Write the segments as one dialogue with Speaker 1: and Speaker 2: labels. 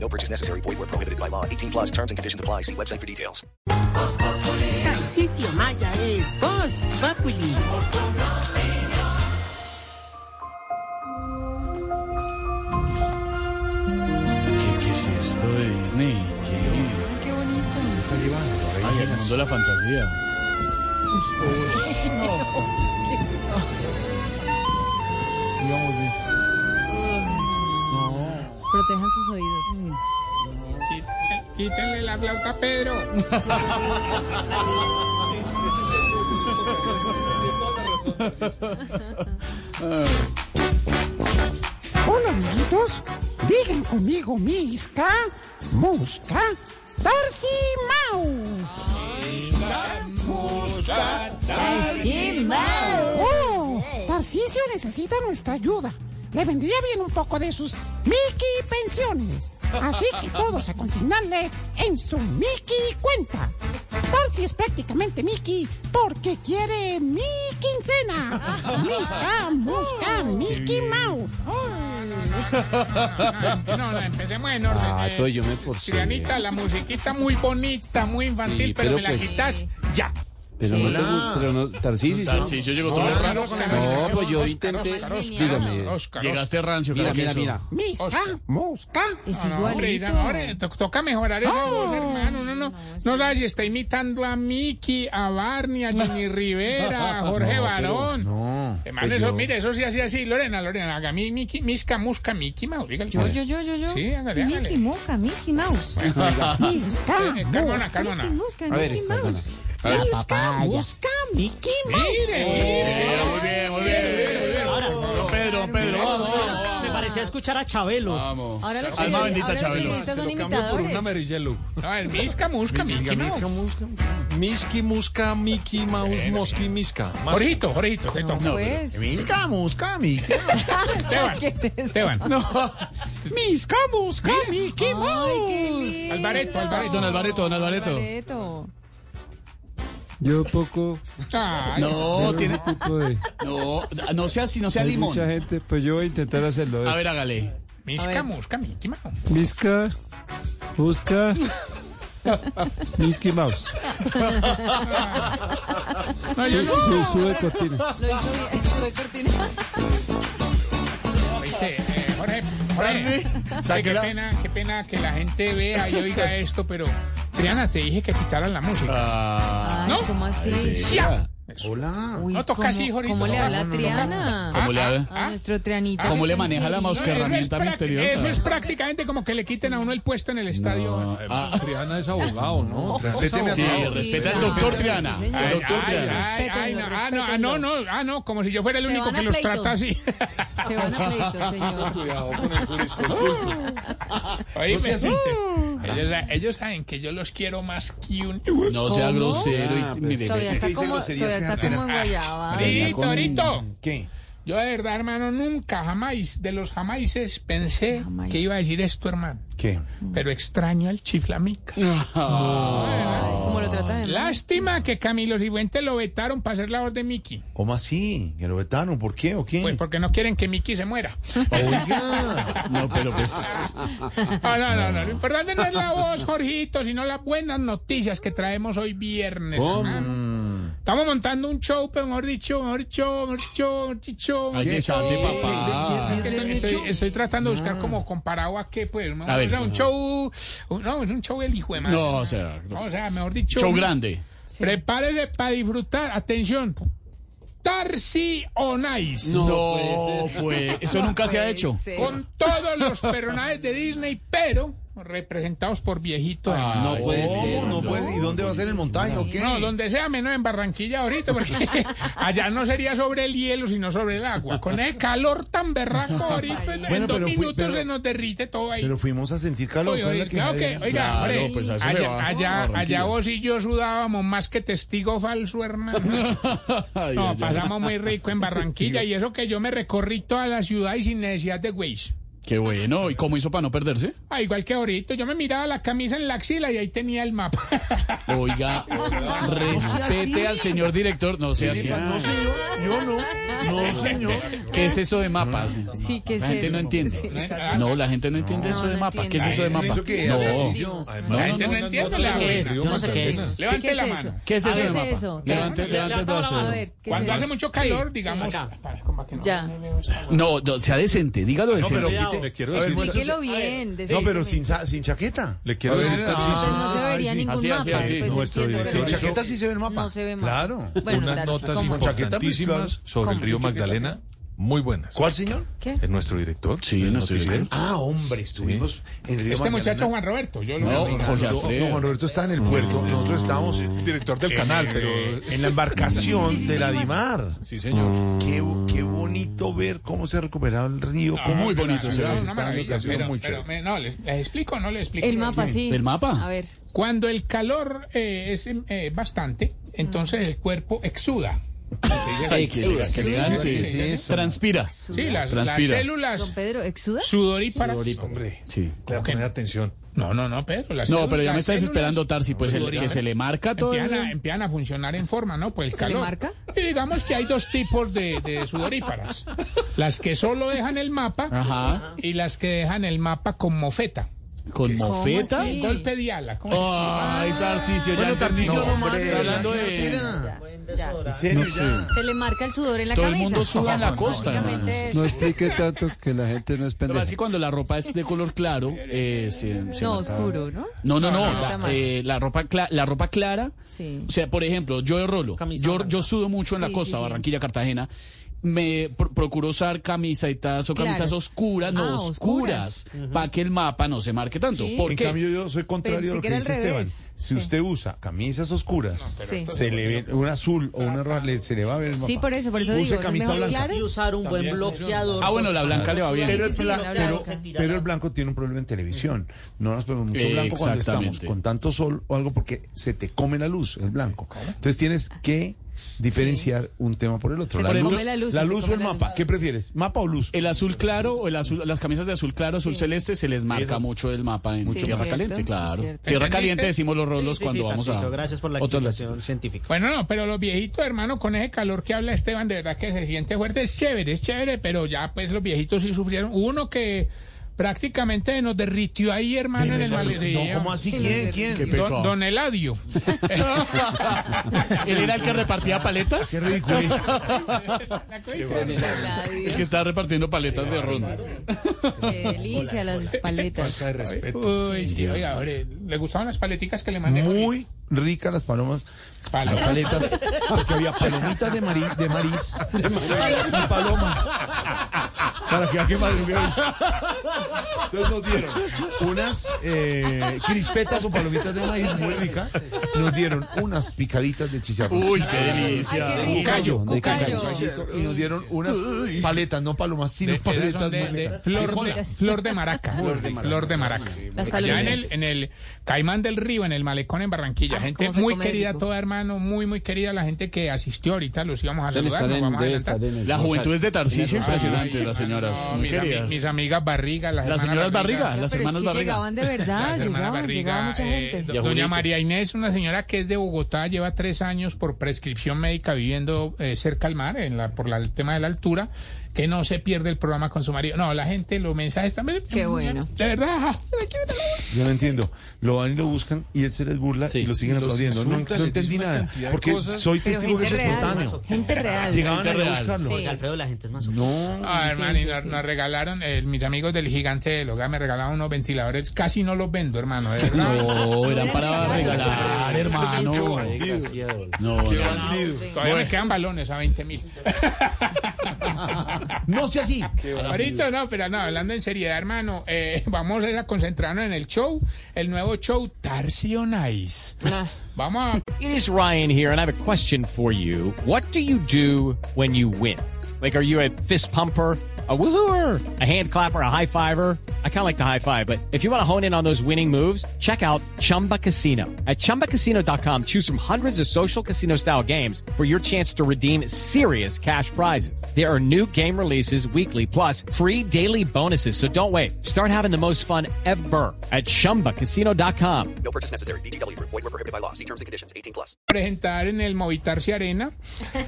Speaker 1: No purchase necessary. Void where prohibited by law. 18 plus terms and conditions apply. See website for details.
Speaker 2: Tarcisio Maya es Voz Populi.
Speaker 3: ¿Qué, qué es esto de Disney? ¿Qué,
Speaker 4: Qué bonito.
Speaker 3: Ay, el mundo de la fantasía.
Speaker 4: Protejan sus oídos.
Speaker 5: Quítenle la flauta a Pedro.
Speaker 2: Hola, amiguitos. Digan conmigo Misca, Musca, Tarsi Mouse. Oh, Tarcisio necesita nuestra ayuda. Le vendría bien un poco de sus Mickey pensiones. Así que todos a consignarle en su Mickey cuenta. Tarsi es prácticamente Mickey porque quiere mi quincena. Misca, Musca, Mickey Mouse.
Speaker 5: No, no, empecemos en orden.
Speaker 3: Ah,
Speaker 5: eh.
Speaker 3: todo yo me forcé.
Speaker 5: Trianita, la musiquita muy bonita, muy infantil,
Speaker 3: Sí,
Speaker 5: pero,
Speaker 3: pero
Speaker 5: me la
Speaker 3: pues-
Speaker 5: quitas ya.
Speaker 3: Pero no te gu- pero no, Tarcillo.
Speaker 6: Tarcisio llegó todo
Speaker 5: Oscar,
Speaker 6: raro.
Speaker 5: Oscar,
Speaker 3: No,
Speaker 5: Oscar,
Speaker 3: pues yo
Speaker 5: Oscar,
Speaker 3: intenté.
Speaker 5: Oscar, Oscar,
Speaker 3: Dígame.
Speaker 5: Oscar, Oscar.
Speaker 6: Llegaste rancio,
Speaker 3: Mira,
Speaker 6: claro que
Speaker 3: mira,
Speaker 6: eso.
Speaker 3: mira.
Speaker 4: ah,
Speaker 2: Misca,
Speaker 5: Oscar.
Speaker 2: Musca.
Speaker 4: Es
Speaker 5: Ah, No, hombre,
Speaker 4: igualito.
Speaker 5: ya, ahora to- toca mejorar esa voz, hermano. No, no, no, sabes si está imitando a Mickey, a Barney, a Jenny Rivera, a Jorge Barón.
Speaker 3: No.
Speaker 5: Hermano,
Speaker 3: pues
Speaker 5: eso,
Speaker 3: yo-
Speaker 5: mire, eso sí, así, así. Lorena, Lorena, haga mi Mickey, Misca, Musca, Mickey Mouse. dígale.
Speaker 4: Yo, yo, yo, yo, yo.
Speaker 5: Sí, hágale, hágale.
Speaker 4: Mickey Moca, Mickey Mouse.
Speaker 2: Misca,
Speaker 5: Eh, Carmona, Carmona.
Speaker 4: Mickey Moca,
Speaker 3: A ver,
Speaker 4: Mickey
Speaker 3: perdona.
Speaker 4: Mouse.
Speaker 2: Misca, Musca, Mickey Mouse.
Speaker 5: Mire, mire.
Speaker 6: Mira, muy bien, muy bien. Don Pedro, don Pedro, vamos, vamos,
Speaker 7: Me
Speaker 6: vamos.
Speaker 7: parecía escuchar a Chabelo.
Speaker 6: Vamos.
Speaker 4: Ahora los,
Speaker 6: Alma
Speaker 4: ahora
Speaker 6: bendita,
Speaker 4: los
Speaker 6: Chabelo.
Speaker 4: periodistas son imitadores.
Speaker 5: No, el Misca, Musca, Mickey Mouse.
Speaker 8: Miski, Musca, Mickey Mouse, Moski, Miska.
Speaker 5: Jorgito, Jorgito, te toca.
Speaker 4: Pues,
Speaker 6: Misca, musca, Mickey.
Speaker 5: Esteban,
Speaker 4: ¿qué es eso?
Speaker 5: Esteban.
Speaker 2: Misca, Musca, Mickey
Speaker 4: Ay, qué
Speaker 2: Mouse.
Speaker 4: lindo.
Speaker 5: Alvareto, Alvareto.
Speaker 6: Don Alvareto, don Alvareto.
Speaker 4: Alvareto.
Speaker 8: Yo poco,
Speaker 5: Ay,
Speaker 6: No, tiene.
Speaker 8: poco de
Speaker 6: No, no sea así, no sea
Speaker 8: hay
Speaker 6: limón.
Speaker 8: mucha gente, pues yo voy a intentar hacerlo.
Speaker 6: A ver, hágale.
Speaker 5: Misca, Musca, Mickey Mouse.
Speaker 8: Miska, Musca, Mickey Mouse. Su- su- Sube cortina.
Speaker 4: Lo hizo bien, sube cortina.
Speaker 5: Oíste, eh, Jorge, Jorge. Ay, qué
Speaker 6: sáquela.
Speaker 5: pena, qué pena que la gente vea y oiga esto, pero Triana, te dije que quitaran la música.
Speaker 6: Ah,
Speaker 4: Ay,
Speaker 5: ¿No?
Speaker 4: ¿cómo así?
Speaker 5: Ya.
Speaker 6: Hola.
Speaker 4: Uy,
Speaker 5: No toca
Speaker 4: ¿cómo-
Speaker 5: así, Jorito.
Speaker 4: ¿Cómo le
Speaker 5: No,
Speaker 4: habla
Speaker 5: no, no, no.
Speaker 4: Triana? Ah,
Speaker 6: ¿Cómo le habla?
Speaker 8: ¿Ah?
Speaker 5: ¿Ah?
Speaker 4: A nuestro Trianito.
Speaker 6: ¿Cómo le
Speaker 4: que es tan
Speaker 6: maneja la
Speaker 4: querido.
Speaker 6: mosca?
Speaker 5: Eso es,
Speaker 6: herramienta
Speaker 5: prácti-
Speaker 6: misteriosa.
Speaker 5: eso es prácticamente como que le quiten a uno el puesto en el estadio. pues,
Speaker 6: Ah,
Speaker 8: Triana es abogado, ¿no?
Speaker 6: sí,
Speaker 4: Sí,
Speaker 6: respeta al
Speaker 4: claro,
Speaker 6: doctor
Speaker 4: sí,
Speaker 6: Triana.
Speaker 4: señor.
Speaker 6: Al
Speaker 5: Ay,
Speaker 6: doctor
Speaker 5: ay,
Speaker 6: Triana.
Speaker 5: ay, ay, no, ah, no, ah, no, no, ah, no, como si yo fuera el
Speaker 4: Se
Speaker 5: único
Speaker 4: van
Speaker 5: que
Speaker 4: a
Speaker 5: los
Speaker 4: pleito.
Speaker 5: trata así.
Speaker 4: Se van a pleito, señor.
Speaker 5: Oíme, Uh. ellos, sa- ellos saben que yo los quiero más que un...
Speaker 6: No sea
Speaker 4: ¿Cómo?
Speaker 6: grosero y mire.
Speaker 4: Todavía está como, todavía está como en
Speaker 8: Ah,
Speaker 4: guayaba.
Speaker 5: Torito, Torito. Yo de verdad, hermano, nunca, jamás, de los jamaises pensé
Speaker 4: Jamás.
Speaker 5: que iba a decir esto, hermano. ¿Qué? Pero extraño al chiflamica.
Speaker 4: Ay, ¿Cómo lo trata de mal.
Speaker 5: Lástima que Camilo Sigüente lo vetaron para hacer la voz de Mickey.
Speaker 9: ¿Cómo así? ¿Que lo vetaron? ¿Por qué? ¿O qué?
Speaker 5: Pues porque no quieren que Mickey se muera.
Speaker 9: Oiga.
Speaker 6: No, pero pues.
Speaker 5: Ah, no, no, no. Lo importante no es la voz, Jorgito, sino las buenas noticias que traemos hoy viernes, hermano. Estamos montando un show, pero mejor dicho, mejor dicho, mejor dicho, mejor dicho.
Speaker 6: Ay, ah, desate, papá.
Speaker 5: Es que estoy, estoy- estoy tratando de
Speaker 9: Ah.
Speaker 5: buscar como comparado a qué, pues, ¿no?
Speaker 6: A ver.
Speaker 5: o sea, un show, un- no, es un show el hijo de madre.
Speaker 6: No, o sea,
Speaker 5: No, o sea, mejor dicho.
Speaker 6: show grande.
Speaker 4: Sí.
Speaker 5: Prepárese para disfrutar, atención. Tarsi on Ice.
Speaker 6: No, pues, eso nunca se ha
Speaker 4: Puede
Speaker 6: hecho.
Speaker 4: ser.
Speaker 5: Con todos los personajes de Disney, pero representados por viejitos.
Speaker 8: No puede
Speaker 9: ¿Cómo?
Speaker 8: ser.
Speaker 9: No puede. Pues, ¿Y dónde va a ser el montaje o qué?
Speaker 5: No, donde sea, menos en Barranquilla ahorita, porque allá no sería sobre el hielo, sino sobre el agua. Con el calor tan berraco ahorita, en
Speaker 9: Bueno,
Speaker 5: dos
Speaker 9: pero fui-
Speaker 5: minutos
Speaker 9: pero-
Speaker 5: se nos derrite todo ahí.
Speaker 9: Pero fuimos a sentir calor.
Speaker 5: Oye,
Speaker 9: ¿cuál es
Speaker 5: oye,
Speaker 9: la
Speaker 5: claro que,
Speaker 9: quejadera?
Speaker 5: oiga,
Speaker 8: Claro,
Speaker 5: hombre,
Speaker 8: pues a eso se
Speaker 5: allá,
Speaker 8: va.
Speaker 5: allá,
Speaker 8: Barranquilla.
Speaker 5: allá vos y yo sudábamos más que testigo falso, hermano.
Speaker 8: Ay,
Speaker 5: No,
Speaker 8: ay, ay.
Speaker 5: pasamos muy rico en Barranquilla y eso que yo me recorrí toda la ciudad y sin necesidad de Waze.
Speaker 8: Qué bueno. ¿Y cómo hizo para no perderse?
Speaker 5: Ah, igual que ahorita, yo me miraba la camisa en la axila y ahí tenía el mapa.
Speaker 8: Oiga, respete al señor director. No sea así.
Speaker 9: Felipe, No, señor. Yo no. No, señor.
Speaker 8: ¿Qué es eso de mapas?
Speaker 4: Sí, ¿qué es
Speaker 8: La gente
Speaker 4: eso?
Speaker 8: no
Speaker 4: Sí,
Speaker 8: entiende.
Speaker 4: exacto.
Speaker 8: No, la gente no entiende
Speaker 4: No,
Speaker 8: eso de
Speaker 4: no
Speaker 8: mapa. ¿Qué es
Speaker 4: entiende.
Speaker 8: eso de
Speaker 9: ¿En
Speaker 8: mapa?
Speaker 9: eso que
Speaker 8: No.
Speaker 9: ejercicio?
Speaker 5: La
Speaker 9: Además,
Speaker 5: gente no,
Speaker 9: no,
Speaker 5: entiende
Speaker 4: No
Speaker 5: la
Speaker 4: sé
Speaker 5: web.
Speaker 4: es, no sé qué es.
Speaker 5: Levante
Speaker 4: ¿Qué es
Speaker 5: la
Speaker 4: eso?
Speaker 5: mano.
Speaker 8: ¿Qué es
Speaker 4: A
Speaker 8: eso
Speaker 4: ver,
Speaker 8: de
Speaker 4: ¿qué
Speaker 8: mapa?
Speaker 4: es eso?
Speaker 8: Levante,
Speaker 4: Levanta-
Speaker 8: levante el
Speaker 4: levanta la
Speaker 8: brazo.
Speaker 4: mano. A ver, ¿qué
Speaker 5: Cuando
Speaker 4: es
Speaker 5: hace
Speaker 4: eso?
Speaker 5: mucho calor, digamos. Para, como que no
Speaker 4: Ya.
Speaker 5: me veo esa web.
Speaker 8: No, no, sea decente, dígalo
Speaker 9: No,
Speaker 8: decente.
Speaker 9: pero quite- a ver, muestra-
Speaker 4: Explíquelo bien.
Speaker 9: No, pero
Speaker 4: decentemente.
Speaker 9: sin, sa- sin chaqueta.
Speaker 6: Le quiero decir,
Speaker 4: Entonces no se
Speaker 9: Ay,
Speaker 4: vería
Speaker 9: ah, sí.
Speaker 4: ningún
Speaker 8: Así,
Speaker 4: mapa.
Speaker 8: así, así.
Speaker 4: pues,
Speaker 6: Nuestro
Speaker 4: entiendo,
Speaker 9: Sin
Speaker 4: director.
Speaker 6: Pero
Speaker 9: chaqueta sí se ve el mapa.
Speaker 4: No se ve mapa.
Speaker 9: Claro.
Speaker 4: Bueno,
Speaker 6: unas
Speaker 4: Tarsi,
Speaker 6: notas
Speaker 4: ¿cómo?
Speaker 6: importantísimas sobre el río
Speaker 9: ¿Cómo?
Speaker 6: Magdalena, muy buenas.
Speaker 9: ¿Cuál, señor?
Speaker 6: ¿Es nuestro director?
Speaker 8: Sí,
Speaker 6: ¿El
Speaker 8: nuestro
Speaker 6: noticiero?
Speaker 8: director.
Speaker 9: Ah, hombre, estuvimos en el río
Speaker 5: Este
Speaker 9: Magdalena.
Speaker 5: muchacho Juan Roberto, yo lo
Speaker 8: No,
Speaker 5: veo.
Speaker 8: Jorge
Speaker 9: No, no, Juan
Speaker 8: Alfredo.
Speaker 9: Roberto está en el puerto. Nosotros estábamos
Speaker 6: Es el director del canal, pero...
Speaker 9: en la embarcación de la Dimar.
Speaker 6: Sí, señor.
Speaker 9: Qué, bo- qué bonito ver cómo se ha recuperado el río.
Speaker 5: Ah,
Speaker 9: cómo
Speaker 8: muy
Speaker 9: la
Speaker 8: bonito,
Speaker 9: ciudad
Speaker 8: se ve.
Speaker 9: se
Speaker 5: Una
Speaker 9: está dando
Speaker 5: maravilla,
Speaker 9: canción
Speaker 5: pero-
Speaker 9: muy
Speaker 5: pero
Speaker 9: chévere.
Speaker 5: me- no, les, les explico, o no les explico.
Speaker 4: El mapa, sí.
Speaker 8: ¿El mapa?
Speaker 4: A ver.
Speaker 5: Cuando el calor eh, es eh, bastante, entonces el cuerpo exuda.
Speaker 8: Ay, qué elegante, qué elegante.
Speaker 5: Sí, sí, sí.
Speaker 8: Transpira.
Speaker 5: Sí, las, las
Speaker 8: Transpira.
Speaker 4: Don
Speaker 5: células
Speaker 4: Pedro, ¿exuda?
Speaker 5: sudoríparas.
Speaker 6: Hombre,
Speaker 8: Sí.
Speaker 6: le voy a poner atención.
Speaker 5: No, no, no, Pedro. Las
Speaker 8: No,
Speaker 5: células-
Speaker 8: pero ya me está
Speaker 5: las
Speaker 8: desesperando
Speaker 5: células
Speaker 8: Tarsi, pues el, que
Speaker 5: sudoríparas
Speaker 8: se le marca todo.
Speaker 5: Empiezan a,
Speaker 8: el-
Speaker 5: empiezan a funcionar en forma, ¿no? Pues el
Speaker 4: ¿Se le
Speaker 5: calor.
Speaker 4: marca?
Speaker 5: Y digamos que hay dos tipos de, de sudoríparas. las que solo dejan el mapa
Speaker 8: Ajá.
Speaker 5: y las que dejan el mapa con mofeta.
Speaker 8: Con mofeta.
Speaker 4: así?
Speaker 5: Golpe de ala. ¿cómo?
Speaker 8: Oh. Ay, Tarcicio, ya
Speaker 9: Bueno,
Speaker 8: entendí.
Speaker 9: Tarcicio,
Speaker 8: No,
Speaker 9: hombre,
Speaker 8: está hablando
Speaker 9: ya,
Speaker 8: de...
Speaker 9: mira.
Speaker 4: Ya.
Speaker 9: En serio, ya.
Speaker 4: Se le marca el sudor en la
Speaker 8: Todo el
Speaker 4: camisa.
Speaker 8: mundo suda en la costa,
Speaker 4: Básicamente
Speaker 8: hermano.
Speaker 4: eso.
Speaker 7: No explique tanto que la gente no es
Speaker 8: Lo que pasa
Speaker 7: pendeja.
Speaker 8: es que cuando la ropa es de color claro, eh, se, se
Speaker 4: No,
Speaker 8: marca-
Speaker 4: oscuro, ¿no?
Speaker 8: No, no, no.
Speaker 4: No, no,
Speaker 8: la,
Speaker 4: no.
Speaker 8: eh, la ropa cla- la ropa clara.
Speaker 4: Sí.
Speaker 8: O sea, por ejemplo, yo de rolo. Yo, yo sudo mucho en
Speaker 4: Sí,
Speaker 8: la costa,
Speaker 4: sí, sí.
Speaker 8: Barranquilla, Cartagena. Me pro- procuro usar camisetas o camisas
Speaker 4: Claras.
Speaker 8: oscuras, no
Speaker 4: Ah,
Speaker 8: oscuras, para que el mapa no se marque tanto.
Speaker 4: Sí.
Speaker 8: ¿Por
Speaker 9: En
Speaker 8: qué?
Speaker 9: cambio, yo soy contrario a
Speaker 4: Pensé
Speaker 9: lo
Speaker 4: que
Speaker 9: que
Speaker 4: era
Speaker 9: dice
Speaker 4: al
Speaker 9: Esteban.
Speaker 4: revés.
Speaker 9: Si usted usa camisas oscuras,
Speaker 4: Sí.
Speaker 9: se le ve un azul o una roja, le- se le va a ver el mapa.
Speaker 4: Sí, por eso, por eso
Speaker 9: Use
Speaker 4: digo, ¿no es
Speaker 9: camisa
Speaker 4: mejor
Speaker 9: blanca.
Speaker 4: claras?
Speaker 8: ah, bueno, la blanca le va bien.
Speaker 9: Pero, el
Speaker 4: sí,
Speaker 9: bla-
Speaker 4: sí, la
Speaker 9: pero-
Speaker 4: blanca.
Speaker 9: pero el blanco tiene un problema en televisión. No nos ponemos mucho blanco cuando estamos
Speaker 8: Exactamente.
Speaker 9: con tanto sol o algo porque se te come la luz, el blanco. Entonces tienes que diferenciar un tema por el otro.
Speaker 4: Se
Speaker 9: la,
Speaker 8: te
Speaker 9: luz,
Speaker 8: come
Speaker 4: la luz,
Speaker 9: la
Speaker 4: se te
Speaker 9: luz o
Speaker 4: come
Speaker 9: el
Speaker 4: la
Speaker 9: mapa.
Speaker 4: luz.
Speaker 9: ¿Qué prefieres? ¿Mapa o luz?
Speaker 8: El azul claro o el azul, las camisas de azul claro, azul celeste, se les marca mucho el mapa en
Speaker 4: Mucho
Speaker 8: Tierra
Speaker 4: más.
Speaker 8: Caliente,
Speaker 4: Cierto,
Speaker 8: claro.
Speaker 4: cierto.
Speaker 8: Tierra
Speaker 5: ¿Entendiste?
Speaker 8: Caliente decimos los rolos cuando vamos a.
Speaker 10: Gracias por la
Speaker 8: otros lados.
Speaker 10: explicación científica.
Speaker 5: Bueno, no, pero los viejitos, hermano, con ese calor que habla Esteban, de verdad que se siente fuerte. Es chévere, es chévere, pero ya, pues, los viejitos sí sufrieron. Hubo Uno que prácticamente nos derritió ahí, hermano, Ah, en el
Speaker 9: No,
Speaker 5: malerío.
Speaker 9: ¿cómo así?
Speaker 4: Sí,
Speaker 9: ¿Quién? ¿Quién?
Speaker 5: Don, don Eladio.
Speaker 8: Él era el que repartía paletas.
Speaker 9: Ah, Qué ridículo es.
Speaker 8: El que estaba repartiendo paletas de ron.
Speaker 4: Qué delicia las paletas.
Speaker 5: Uy, sí, oiga, hombre, le gustaban las paleticas que le mandé.
Speaker 9: Muy ricas las palomas,
Speaker 5: Palo.
Speaker 9: las paletas, porque había palomitas de, mari- de maris y palomas. Para que a qué madruguemos. Entonces nos dieron unas eh, crispetas o palomitas de maíz muy ricas. Nos dieron unas picaditas de chicharrón.
Speaker 8: Uy, qué delicia.
Speaker 4: Ay, qué rico.
Speaker 5: Cucayo,
Speaker 4: Cucayo.
Speaker 9: Y nos dieron unas paletas, no palomas, sino
Speaker 5: de- esas
Speaker 9: paletas
Speaker 5: son de-
Speaker 9: muy
Speaker 5: de
Speaker 9: ricas.
Speaker 5: flor, de,
Speaker 4: Frijoles.
Speaker 5: flor de maraca. Flor de maraca.
Speaker 4: Las
Speaker 5: Allá en
Speaker 4: palomitas.
Speaker 5: el, en el Caimán del Río, en el Malecón, en Barranquilla.
Speaker 4: Ah,
Speaker 5: gente
Speaker 4: cómo se
Speaker 5: muy
Speaker 4: come
Speaker 5: querida,
Speaker 4: rico.
Speaker 5: toda hermano, muy, muy querida la gente que asistió ahorita. Los íbamos a saludar. nos vamos a adelantar.
Speaker 8: La juventud es de Tarcicio impresionante,
Speaker 5: Ay,
Speaker 8: las
Speaker 5: hermano,
Speaker 8: señoras. Muy
Speaker 5: mira, mi-
Speaker 8: queridas.
Speaker 5: mis amigas Barriga, las,
Speaker 8: Las
Speaker 5: hermanas
Speaker 8: señoras Barriga,
Speaker 4: Ya,
Speaker 8: las
Speaker 4: pero es
Speaker 8: hermanas
Speaker 4: que
Speaker 8: Barriga.
Speaker 4: llegaban de verdad,
Speaker 5: Las hermanas
Speaker 4: llegaban, llegaba mucha
Speaker 5: eh,
Speaker 4: gente.
Speaker 5: do-
Speaker 8: Y a
Speaker 5: doña
Speaker 8: Julito.
Speaker 5: María Inés, una señora que es de Bogotá, lleva tres años por prescripción médica viviendo eh, cerca al mar, en la, por la- el tema de la altura, que no se pierde el programa con su marido. No, la gente, los mensajes también.
Speaker 4: Qué bueno.
Speaker 5: De verdad.
Speaker 9: Yo no entiendo. Lo van y lo buscan y él se les burla
Speaker 8: Sí.
Speaker 9: y lo siguen
Speaker 6: Los
Speaker 9: aplaudiendo. No,
Speaker 6: insulta,
Speaker 9: no
Speaker 6: les dice
Speaker 9: entendí
Speaker 6: una
Speaker 9: nada.
Speaker 6: cantidad de
Speaker 9: Porque
Speaker 6: cosas.
Speaker 9: soy
Speaker 4: Pero
Speaker 9: testigo que
Speaker 4: gente
Speaker 9: es espontáneo.
Speaker 4: real, gente real.
Speaker 9: Llegaban
Speaker 8: Gente
Speaker 9: ahí a
Speaker 8: real.
Speaker 9: buscarlo.
Speaker 4: Sí.
Speaker 10: Alfredo, la gente es más
Speaker 9: No.
Speaker 5: Ah, hermano,
Speaker 4: sí,
Speaker 5: y
Speaker 4: sí,
Speaker 5: nos,
Speaker 4: sí.
Speaker 5: nos regalaron, eh, mis amigos del gigante del hogar me regalaron unos ventiladores. Casi no los vendo, hermano. de verdad.
Speaker 8: No, eran para regalar, hermano. No,
Speaker 6: Qué bandido.
Speaker 5: Todavía me quedan balones a 20 mil.
Speaker 9: No sea así.
Speaker 5: Ahorita no, pero no, hablando en seriedad, hermano, eh, vamos a concentrarnos en el show, el nuevo show Tarcio Nice. Vamos a...
Speaker 10: It is Ryan here, and I have a question for you. What do you do when you win? Like, are you a fist pumper? A woohooer, a hand clapper, a high fiver. I kind of like the high five, but if you want to hone in on those winning moves, check out Chumba Casino. At chumbacasino.com, choose from hundreds of social casino style games for your chance to redeem serious cash prizes. There are new game releases weekly, plus free daily bonuses. So don't wait. Start having the most fun ever at chumbacasino.com.
Speaker 11: No purchase necessary. VGW Group. Void were prohibited by law. See terms and conditions. 18 plus.
Speaker 5: presentar en el Movitarse Arena.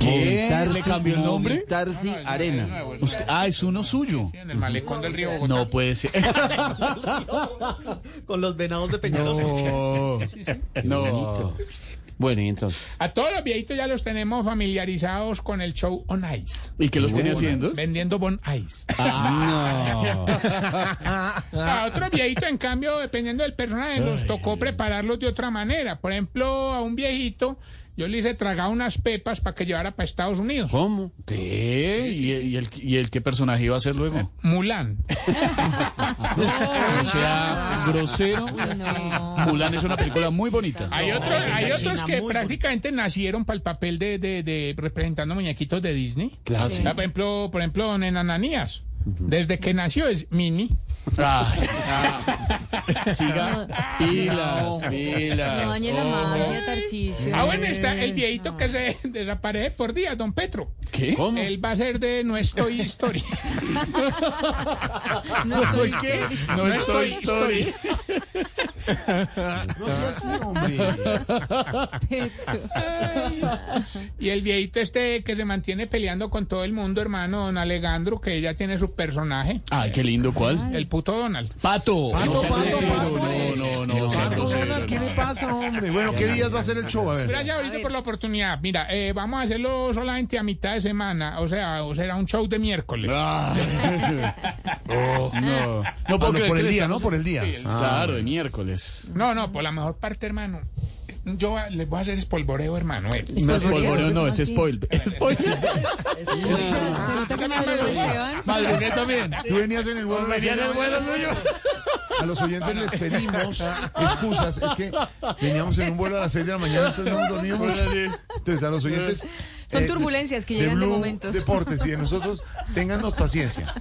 Speaker 8: ¿Le cambió el nombre? Ah,
Speaker 5: Tarsi Arena.
Speaker 8: Usted- ah, es uno suyo.
Speaker 5: En el malecón del río Bogotá.
Speaker 8: No puede ser.
Speaker 12: Con los venados de Peñalosa.
Speaker 8: No. No.
Speaker 12: Bueno, y entonces.
Speaker 5: A todos los viejitos ya los tenemos familiarizados con el show On Ice.
Speaker 8: ¿Y qué los tiene
Speaker 5: On
Speaker 8: haciendo?
Speaker 5: Ice. Vendiendo Bon Ice.
Speaker 4: Ah.
Speaker 5: A otros viejitos, en cambio, dependiendo del personaje, nos tocó prepararlos de otra manera. Por ejemplo, a un viejito, yo le hice tragar unas pepas para que llevara para Estados Unidos.
Speaker 8: ¿Cómo? ¿Qué? ¿Y, y el, ¿Y el qué personaje iba a ser luego?
Speaker 5: Mulan.
Speaker 8: O sea, grosero. Mulan es una película muy bonita.
Speaker 5: Hay otros, hay otros que prácticamente nacieron para el papel de, de, de representando muñequitos de Disney.
Speaker 8: Claro,
Speaker 5: O
Speaker 8: sí.
Speaker 5: sea, Por ejemplo, por ejemplo, don Enananías. Desde que nació es mini.
Speaker 8: Ay, ah, siga. Pilas,
Speaker 4: No
Speaker 8: pilas.
Speaker 4: dañe la magia, Tarcisio.
Speaker 5: Ah, bueno, está el viejito que se desaparece por día, don Petro.
Speaker 8: ¿Qué?
Speaker 5: Él va a ser de No Estoy Historia.
Speaker 4: No
Speaker 9: Pues,
Speaker 4: soy
Speaker 8: qué? No estoy story.
Speaker 9: No sea así, hombre.
Speaker 5: Y el viejito este que se mantiene peleando con todo el mundo, hermano, don Alejandro, que ya tiene su personaje.
Speaker 8: Ay, qué lindo, ¿cuál?
Speaker 5: El puto Donald.
Speaker 8: Pato.
Speaker 9: Pato,
Speaker 8: no sea
Speaker 9: pato,
Speaker 8: grosero,
Speaker 9: pato.
Speaker 8: no, no, no, sea
Speaker 9: Pato
Speaker 8: grosero,
Speaker 9: Donald, ¿qué
Speaker 8: no.
Speaker 9: le pasa, hombre? Bueno, ¿qué días va a ser el show? A ver.
Speaker 5: Gracias, ahorita por la oportunidad. Mira, eh, vamos a hacerlo solamente a mitad de semana, o sea, o será un show de miércoles.
Speaker 8: Ah. No, no
Speaker 9: Ah,
Speaker 8: puedo
Speaker 9: no,
Speaker 8: creer
Speaker 9: por
Speaker 8: que
Speaker 9: el
Speaker 8: le
Speaker 9: día,
Speaker 8: estamos-
Speaker 9: ¿no? Por el día. Ah,
Speaker 8: Claro, de miércoles.
Speaker 5: No, no, por la mejor parte, hermano. Yo a- les voy a hacer espolvoreo, hermano. eh.
Speaker 8: No es polvoreo, no, es
Speaker 4: ¿Así?
Speaker 8: spoil. Spoil.
Speaker 4: Se se nota que madrugó Esteban.
Speaker 8: Madrugué también.
Speaker 9: Tú venías en el vuelo.
Speaker 8: Venía en el vuelo suyo.
Speaker 9: A los oyentes les pedimos excusas. Es que veníamos en un vuelo a las 6 de la mañana, entonces no dormíamos mucho. Entonces, a los oyentes. eh,
Speaker 4: Son turbulencias que
Speaker 9: de
Speaker 4: llegan de
Speaker 9: Blue
Speaker 4: momento.
Speaker 9: Deportes y de nosotros, téngannos paciencia.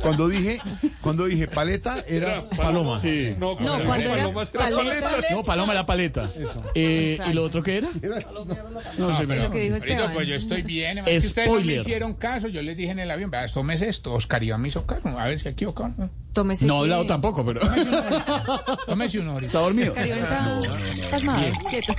Speaker 9: Cuando dije, cuando dije paleta, era paloma.
Speaker 8: Sí. No,
Speaker 4: No, cuando era paleta,
Speaker 8: paloma la paleta. Eh, ¿Y lo otro qué era? No sé,
Speaker 4: Ah, lo que dijo
Speaker 5: Ahorita,
Speaker 4: Esteban.
Speaker 5: pues yo estoy bien. hermano, que Ustedes no me
Speaker 8: Spoiler.
Speaker 5: hicieron caso, yo les dije en el avión, vea, tomes esto, Oscar Iván me hizo caso, a ver si equivocaron.
Speaker 4: Tómese.
Speaker 8: No ha
Speaker 4: que-
Speaker 8: hablado tampoco, pero
Speaker 5: Tómese uno ahorita.
Speaker 8: está dormido.
Speaker 4: Caribán está pasmado, quieto.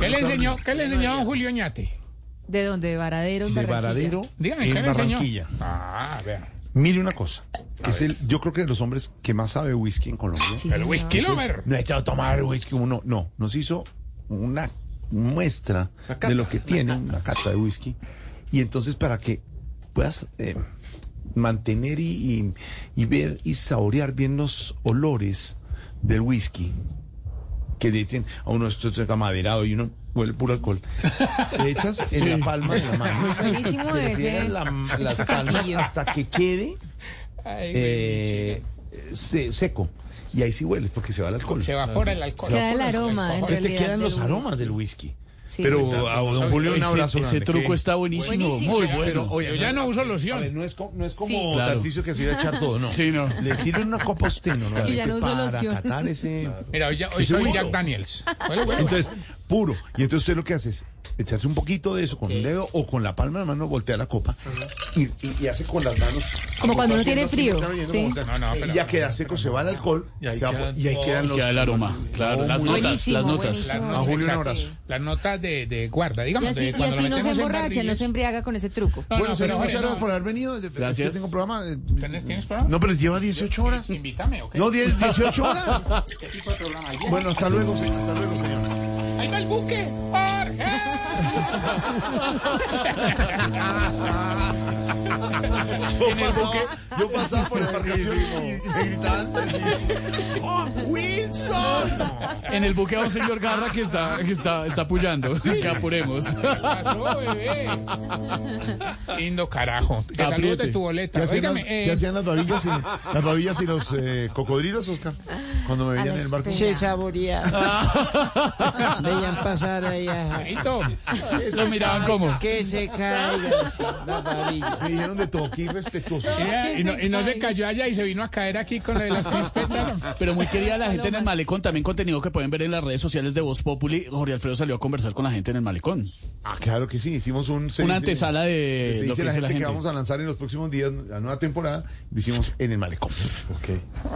Speaker 5: ¿Qué le enseñó, qué le enseñó a don Julio Ñate?
Speaker 4: ¿De dónde? ¿De Varadero? en
Speaker 9: De
Speaker 4: Barranquilla?
Speaker 9: Varadero
Speaker 5: Dígame, ¿qué
Speaker 9: en
Speaker 5: le enseñó?
Speaker 9: Barranquilla.
Speaker 5: Ah, vean.
Speaker 9: Mire una cosa. Es el, yo creo que de los hombres que más sabe whisky en Colombia.
Speaker 4: Sí,
Speaker 5: El
Speaker 4: señor.
Speaker 5: whisky lover.
Speaker 9: No ha echado a tomar whisky como no. No, nos hizo una muestra de lo que tiene una cata de whisky. Y entonces para que puedas eh, mantener y, y- y ver y saborear bien los olores del whisky, que le dicen a uno esto es amaderado y uno huele puro alcohol, le echas en la palma de la mano.
Speaker 4: Buenísimo
Speaker 9: Te
Speaker 4: ese.
Speaker 9: pegan la- las palmas hasta que quede
Speaker 5: Ay,
Speaker 9: eh, se- seco. Y ahí sí hueles porque se va el alcohol.
Speaker 5: Se evapora el alcohol.
Speaker 4: Queda el aroma, en
Speaker 9: Entonces te
Speaker 4: realidad,
Speaker 9: quedan
Speaker 4: del
Speaker 9: los
Speaker 4: whisky.
Speaker 9: aromas del whisky.
Speaker 4: Sí.
Speaker 9: Pero a don Julio un abrazo.
Speaker 8: Ese, ese
Speaker 9: grande,
Speaker 8: truco
Speaker 9: que-
Speaker 8: está buenísimo,
Speaker 4: Buenísimo.
Speaker 8: muy
Speaker 9: Pero,
Speaker 8: bueno.
Speaker 9: oye,
Speaker 5: Yo ya no uso
Speaker 9: a ver,
Speaker 5: loción.
Speaker 9: no es, co- no es como
Speaker 4: Sí.
Speaker 8: Claro.
Speaker 9: Tarcisio que se iba a echar todo, no.
Speaker 8: Sí, no.
Speaker 9: Le sirve una copa a usted, ¿no?
Speaker 4: que ya no uso
Speaker 9: para
Speaker 4: loción.
Speaker 9: catar ese...
Speaker 5: Mira, hoy, ya- hoy
Speaker 9: Ese
Speaker 5: soy
Speaker 9: uso.
Speaker 5: Jack Daniels. Bueno, bueno.
Speaker 9: Entonces, puro. Y entonces usted lo que hace es echarse un poquito de eso con un dedo o con la palma de la mano, voltea la copa y, y- y hace con las manos.
Speaker 4: Como cuando uno tiene frío,
Speaker 9: Están oyendo
Speaker 4: sí.
Speaker 9: como
Speaker 5: No,
Speaker 9: voltea.
Speaker 5: no, pero-
Speaker 9: y ya queda seco, se va el alcohol se va- y, ahí quedan los.
Speaker 8: queda el aroma. Claro,
Speaker 9: Oh,
Speaker 8: las
Speaker 9: muy
Speaker 8: notas,
Speaker 4: Buenísimo,
Speaker 8: las notas.
Speaker 4: buenísimo.
Speaker 9: A Julio un
Speaker 5: Exacto.
Speaker 9: abrazo.
Speaker 5: Las notas de, de guarda,
Speaker 4: Y
Speaker 5: digamos.
Speaker 4: así,
Speaker 5: de
Speaker 4: y
Speaker 5: eh, cuando
Speaker 4: así
Speaker 5: lo
Speaker 4: no se
Speaker 5: metemos en
Speaker 4: emborracha, no
Speaker 5: barrillos.
Speaker 4: se em- embriaga con ese truco.
Speaker 5: No,
Speaker 9: Bueno,
Speaker 5: no,
Speaker 9: señor,
Speaker 5: pero
Speaker 9: muchas
Speaker 5: bueno,
Speaker 9: gracias por haber venido. Es que
Speaker 8: Gracias.
Speaker 9: tengo programa. eh,
Speaker 5: ¿Tenés- tienes programa?
Speaker 9: No, pero lleva 18 horas.
Speaker 5: Invítame, ¿ok?
Speaker 9: No, 10, 18 horas.
Speaker 5: ¿Qué tipo de programa hay?
Speaker 9: Bueno, hasta luego, señor. Hasta luego, señor.
Speaker 5: ¡Ahí va el buque! ¡Jorge!
Speaker 9: Yo pasaba, yo pasaba por la embarcación y, y me gritaban así, ¡Oh, Wilson!
Speaker 8: En el buque va un señor Garra que está, que está, está apoyando. Que apuremos.
Speaker 5: Lindo carajo. Te saludo
Speaker 9: Apriete.
Speaker 5: de tu boleta.
Speaker 9: ¿Qué hacían,
Speaker 5: Óigame,
Speaker 9: las,
Speaker 5: eh,
Speaker 9: qué hacían las babillas y, las babillas y los eh, cocodrilos, Oscar? Cuando me
Speaker 13: A
Speaker 9: veían
Speaker 13: la
Speaker 9: en el barco.
Speaker 13: espera. Se saboreaban. Veían pasar ahí a...
Speaker 8: Lo miraban como.
Speaker 13: Que se caiga sí, la varilla.
Speaker 9: Me dijeron de todo, qué irrespetuoso.
Speaker 5: eh, y, no, y no se cayó allá y se vino a caer aquí con lo de las crispetas. ¿no?
Speaker 8: Pero muy querida la gente en el malecón, también contenido que pueden ver en las redes sociales de Voz Populi. Jorge Alfredo salió a conversar con la gente en el malecón.
Speaker 9: Ah, claro que sí, hicimos un... se
Speaker 8: Una
Speaker 9: dice-
Speaker 8: antesala de
Speaker 9: Se
Speaker 8: lo
Speaker 9: dice
Speaker 8: que
Speaker 9: la
Speaker 8: es
Speaker 9: gente,
Speaker 8: la
Speaker 9: que
Speaker 8: gente.
Speaker 9: vamos a lanzar en los próximos días, la nueva temporada, lo hicimos en el malecón. Ok.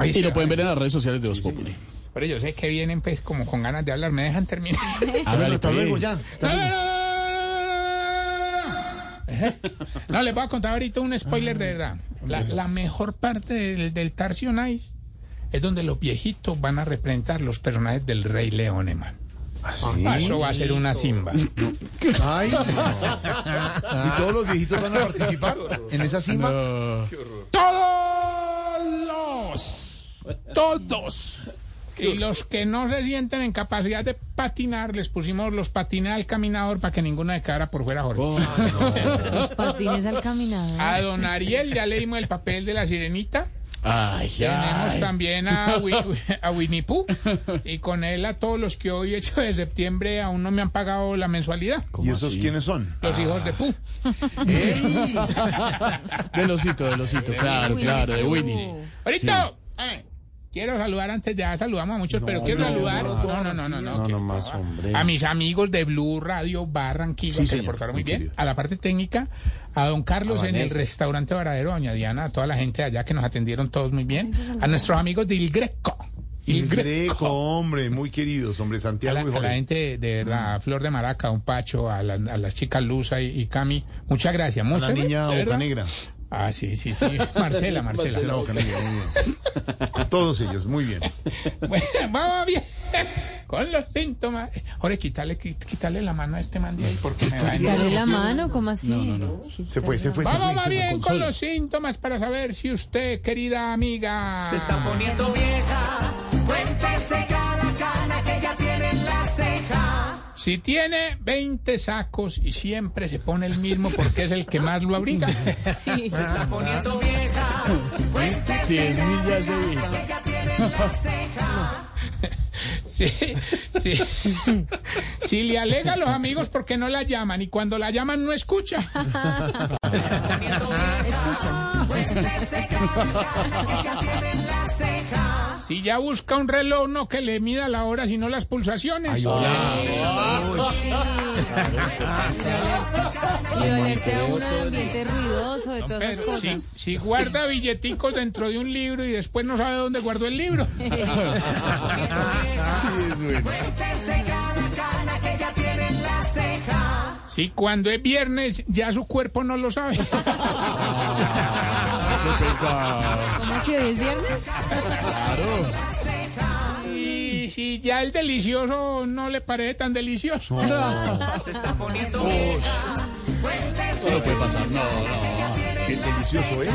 Speaker 8: Y lo pueden ver en las redes sociales de Voz Populi.
Speaker 5: Pero yo sé que vienen pues como con ganas de hablar. ¿Me dejan terminar?
Speaker 8: Háblale,
Speaker 9: hasta
Speaker 8: pues.
Speaker 9: luego, ya.
Speaker 5: No, no, no, no, no, no, no, no, no. No, les voy a contar ahorita un spoiler de verdad. La, la mejor parte del, del Tarcio Nice es donde los viejitos van a representar los personajes del Rey León, hermano. Ah,
Speaker 9: ¿Sí?
Speaker 5: Eso va a ser una simba.
Speaker 9: Ay, no. ¿Y todos los viejitos van a participar en esa cima?
Speaker 5: Todos, todos. Y los que no se sienten en capacidad de patinar, les pusimos los patines al caminador para que ninguno se quedara por fuera,
Speaker 8: Oh.
Speaker 5: Jorge.
Speaker 4: Los patines al caminador.
Speaker 5: A don Ariel ya leímos el papel de la sirenita.
Speaker 8: Ay,
Speaker 5: Tenemos
Speaker 8: ay.
Speaker 5: también a, Wi- a Winnie Pooh y con él a todos los que hoy, 8 de septiembre, aún no me han pagado la mensualidad.
Speaker 9: ¿Y esos quiénes son?
Speaker 5: Los hijos de Pooh.
Speaker 8: Del osito, del osito. Claro, claro, de Winnie.
Speaker 5: Ahorita, eh, quiero saludar antes, ya saludamos a muchos, pero quiero saludar no, no, no, no, no, que-
Speaker 12: más, hombre.
Speaker 5: a mis amigos de Blue Radio Barranquilla, que se
Speaker 9: señor,
Speaker 5: portaron muy
Speaker 9: muy
Speaker 5: bien,
Speaker 9: querido.
Speaker 5: a la parte técnica, a don Carlos
Speaker 12: A
Speaker 5: en el
Speaker 12: Vanessa.
Speaker 5: restaurante Varadero, a doña Diana, a toda la gente de allá que nos atendieron todos muy bien, a nuestros amigos de Il Greco.
Speaker 9: Y Greco, hombre, muy queridos, hombre,
Speaker 5: A la,
Speaker 9: Santiago y
Speaker 5: a la
Speaker 9: Jorge.
Speaker 5: gente de- de verdad, a Flor de Maraca, a un Pacho, a, la- a las chicas Luza y, y Cami, muchas gracias.
Speaker 9: A
Speaker 5: muchas
Speaker 9: la niña
Speaker 5: de
Speaker 9: Boca
Speaker 5: verdad.
Speaker 9: Negra.
Speaker 5: Ah, sí, sí, sí. Marcela, Marcela.
Speaker 9: Marcela Boca Negra, muy bien. A todos ellos, muy bien.
Speaker 5: Bueno, vamos bien. Con los síntomas. Ahora, quitarle, quitarle la mano a este man de ahí porque me va a-
Speaker 4: Dale la mano, ¿cómo así? Sí,
Speaker 9: Se fue, se fue, se
Speaker 5: Vamos
Speaker 9: fue.
Speaker 5: va
Speaker 9: se fue.
Speaker 5: bien con los síntomas para saber si usted, querida amiga.
Speaker 14: Se está poniendo vieja. Cuéntese cada cana que ya tiene en la ceja.
Speaker 5: Si tiene 20 sacos y siempre se pone el mismo porque es el que más lo abriga.
Speaker 4: Sí,
Speaker 14: Se está poniendo vieja. Cuéntese
Speaker 8: Cien
Speaker 14: cada
Speaker 8: millas de
Speaker 14: cana que ya tiene en la ceja.
Speaker 5: Sí, sí. Si le alega a los amigos porque no la llaman y cuando la llaman no escucha.
Speaker 14: Cuéntese cada cana que ya tiene en la ceja.
Speaker 5: Si ya busca un reloj, no que le mida la hora, sino las pulsaciones.
Speaker 4: Y olerte a uno de ambiente ruidoso, de todas esas
Speaker 5: Pero pues, si,
Speaker 4: cosas.
Speaker 5: si guarda billeticos dentro de un libro y después no sabe dónde guardó el libro.
Speaker 9: Sí, es bueno.
Speaker 14: Cuéntese cada cana que ya tiene en la ceja.
Speaker 5: Si cuando es viernes ya su cuerpo no lo sabe.
Speaker 4: ¿Cómo así? ¿Hoy es viernes?
Speaker 5: Y si ya el delicioso no le parece tan delicioso.
Speaker 14: Se está poniendo vieja. Cuéntese
Speaker 8: No puede pasar. No, no.
Speaker 9: El delicioso ¿eh?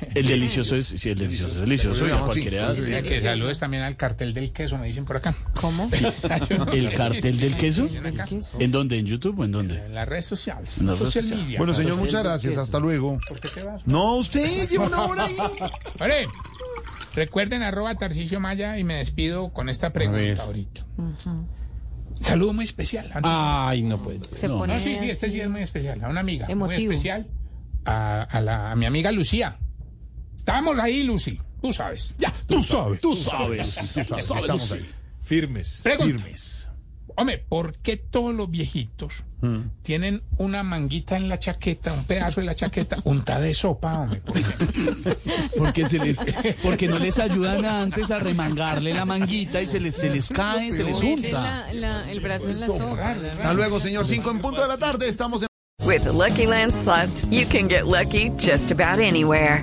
Speaker 9: es.
Speaker 8: El delicioso es. Sí, el delicioso es delicioso. y a cualquier edad.
Speaker 5: Ya que saludes también al cartel del queso, me dicen por acá.
Speaker 4: ¿Cómo?
Speaker 8: ¿El cartel del queso?
Speaker 5: Acá,
Speaker 8: ¿En dónde? ¿En YouTube o en dónde?
Speaker 5: En las redes sociales.
Speaker 8: En las redes
Speaker 5: social
Speaker 8: sociales.
Speaker 5: media.
Speaker 9: Bueno, señor, muchas gracias. Hasta luego.
Speaker 5: ¿Por qué te vas?
Speaker 9: No, usted lleva una hora ahí.
Speaker 5: Ore, recuerden arroba Tarcicio Maya y me despido con esta
Speaker 9: ver.
Speaker 5: pregunta ahorita. Saludo muy especial. a una-
Speaker 12: Ay, no puede ser.
Speaker 4: Se
Speaker 8: No.
Speaker 4: pone
Speaker 5: No, sí, sí, este
Speaker 4: así.
Speaker 5: sí es muy especial. A una amiga.
Speaker 4: Emotivo.
Speaker 5: Muy especial. A, a la, a mi amiga Lucía. Estamos ahí, Lucy. Tú sabes. Ya.
Speaker 12: Tú sabes.
Speaker 8: Tú sabes. Tú sabes.
Speaker 9: Estamos ahí.
Speaker 12: Firmes.
Speaker 5: Pregunta.
Speaker 12: Firmes.
Speaker 5: Hombre, ¿por qué todos los viejitos tienen una manguita en la chaqueta, un pedazo de la chaqueta, unta de sopa, hombre? ¿Por qué?
Speaker 8: Porque, se les, porque no les ayudan antes a remangarle la manguita y se les, se les cae, se les
Speaker 4: Mete
Speaker 8: unta.
Speaker 4: la- la- el brazo en la
Speaker 9: Pues,
Speaker 4: sopa.
Speaker 9: Hasta luego, señor. Cinco en punto de la tarde. Estamos en.
Speaker 15: With the Lucky Land slots, you can get lucky just about anywhere.